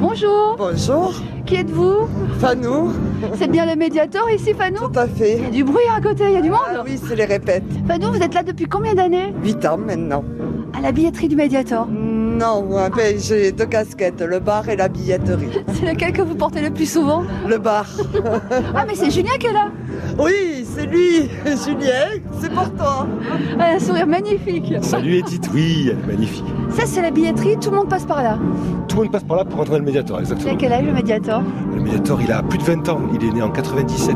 Bonjour, Bonjour, qui êtes-vous Fanou, C'est bien le médiator ici, Fanou tout à fait. Il y a du bruit à côté, il y a du Ah monde oui, c'est les répètes. Fanou, vous êtes là depuis combien d'années 8 ans maintenant. À la billetterie du médiator. Non, ouais, ben, j'ai deux casquettes, le bar et la billetterie. C'est lequel que vous portez le plus souvent Le bar. Ah, mais c'est Julien qui est là Oui, c'est lui, Julien, c'est pour toi. Ah, Un sourire magnifique Salut Edith, oui, magnifique. Ça, c'est la billetterie, tout le monde passe par là. Tout le monde passe par là pour entrer dans le Mediator, Il a exactement. quel âge le médiator Le Mediator, il a plus de 20 ans, il est né en 97.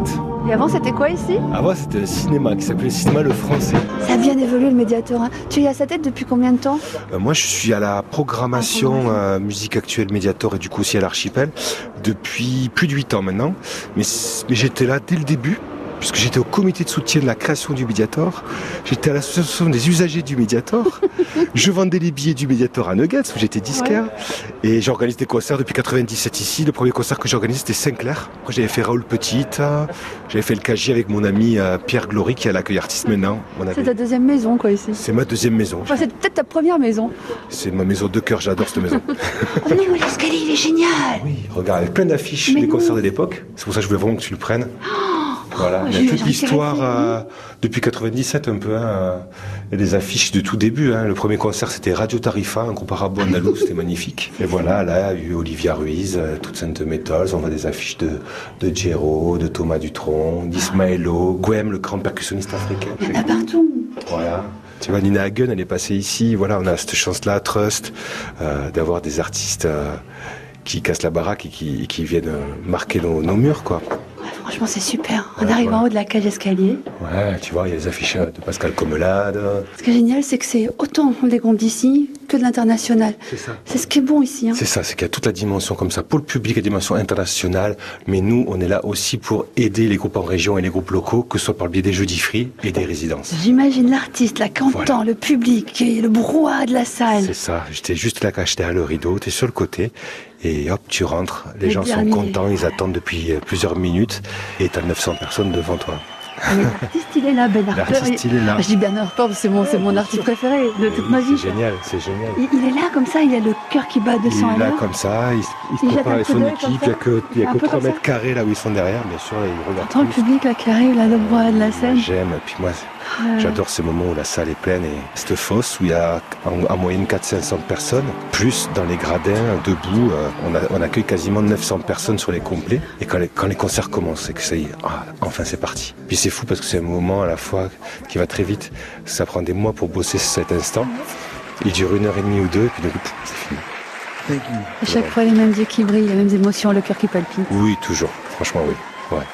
Et avant, c'était quoi ici Avant, c'était un cinéma qui s'appelait Cinéma Le Français. Ça a bien évolué le médiator. hein. Tu y as sa tête depuis combien de temps Euh, moi, je suis à la programmation euh, musique actuelle Mediator et du coup aussi à l'archipel depuis plus de 8 ans maintenant. Mais, c- mais j'étais là dès le début. Puisque j'étais au comité de soutien de la création du Mediator, j'étais à l'association des usagers du Mediator, je vendais les billets du Mediator à Nuggets, où j'étais disquaire, et j'organise des concerts depuis 97 ici. Le premier concert que j'organise, c'était Sinclair. Après, J'avais fait Raoul Petit, euh, j'avais fait le KJ avec mon ami euh, Pierre Glory, qui est à l'accueil artiste maintenant. On C'est avait- ta deuxième maison, quoi, ici. C'est ma deuxième maison. Enfin, c'est peut-être ta première maison. C'est ma maison de cœur, j'adore cette maison. Oh non, l'escalier, il est génial Oui, regarde, avec plein d'affiches Mais des non. Oh, concerts de l'époque. C'est pour ça que je voulais vraiment que tu le prennes. voilà, il y j'ai- a toute j'en l'histoire étais euh, depuis 97 un peu. hein, euh, Il y a des affiches de tout début. hein. Le premier concert, c'était Radio Tarifa, un groupe arabo andalou, c'était magnifique. Et voilà, là, il y a eu Olivia Ruiz, euh, toute Sainte Metals. On voit des affiches de, de Gero, de Thomas Dutronc, d'Ismaëlo, Gwem, le grand percussionniste africain. Il y en a partout Voilà. Tu vois, Nina Hagen, elle est passée ici. Voilà, on a cette chance-là, Trust, euh, d'avoir des artistes euh, qui cassent la baraque et qui, qui viennent euh, marquer nos, nos murs, quoi. Ouais, Franchement, c'est super. On Ouais, arrive ouais. en haut de la cage escalier. Ouais, tu vois, il y a les affiches euh, de Pascal Comelade. Ce qui est génial, c'est que c'est autant des groupes d'ici que de l'international. C'est ça. C'est ce qui est bon ici. hein. C'est ça, c'est qu'il y a toute la dimension comme ça pour le public, la dimension internationale. Mais nous, on est là aussi pour aider les groupes en région et les groupes locaux, que ce soit par le biais des jeudis free et des résidences. J'imagine l'artiste, la cantant, Voilà. le public, et le brouhaha de la salle. C'est ça, j'étais juste là caché derrière le rideau, t'es sur le côté, et hop, tu rentres, les, Le gens dernier. sont contents, ils attendent depuis euh, plusieurs minutes, et t'as 900 personnes devant toi. Mais L'artiste, il est là, Ben Harper. L'artiste, il est là. Je dis Ben Harper, c'est mon, c'est mon artiste préféré de Et toute oui, ma vie. C'est génial, c'est génial. Il, il est là comme ça, il a le cœur qui bat à 200 Il à est là l'heure. comme ça, il, s- il se Il jette prépare un avec coup son d'œil équipe, il comme n'y a que, il y a Un que peu 3 comme ça. mètres carrés là où ils sont derrière, bien sûr, ils regardent. Tant le tous. public là qui arrive, là, le brouhaha de la Euh, salle. J'aime, et puis moi, Ouais. j'adore ces moments où la salle est pleine, et cette fosse où il y a en, en moyenne 400-500 personnes, plus dans les gradins, debout, euh, on, a- on accueille quasiment 900 personnes sur les complets, et quand les, quand les concerts commencent, et que ça y est, ah, enfin c'est parti. Puis c'est fou parce que c'est un moment à la fois qui va très vite, ça prend des mois pour bosser cet instant, il dure une heure et demie ou deux, et puis d'un coup, pouf, c'est fini. À chaque fois, les mêmes yeux qui brillent, les mêmes émotions, le cœur qui palpite. Oui, toujours, franchement oui. Ouais.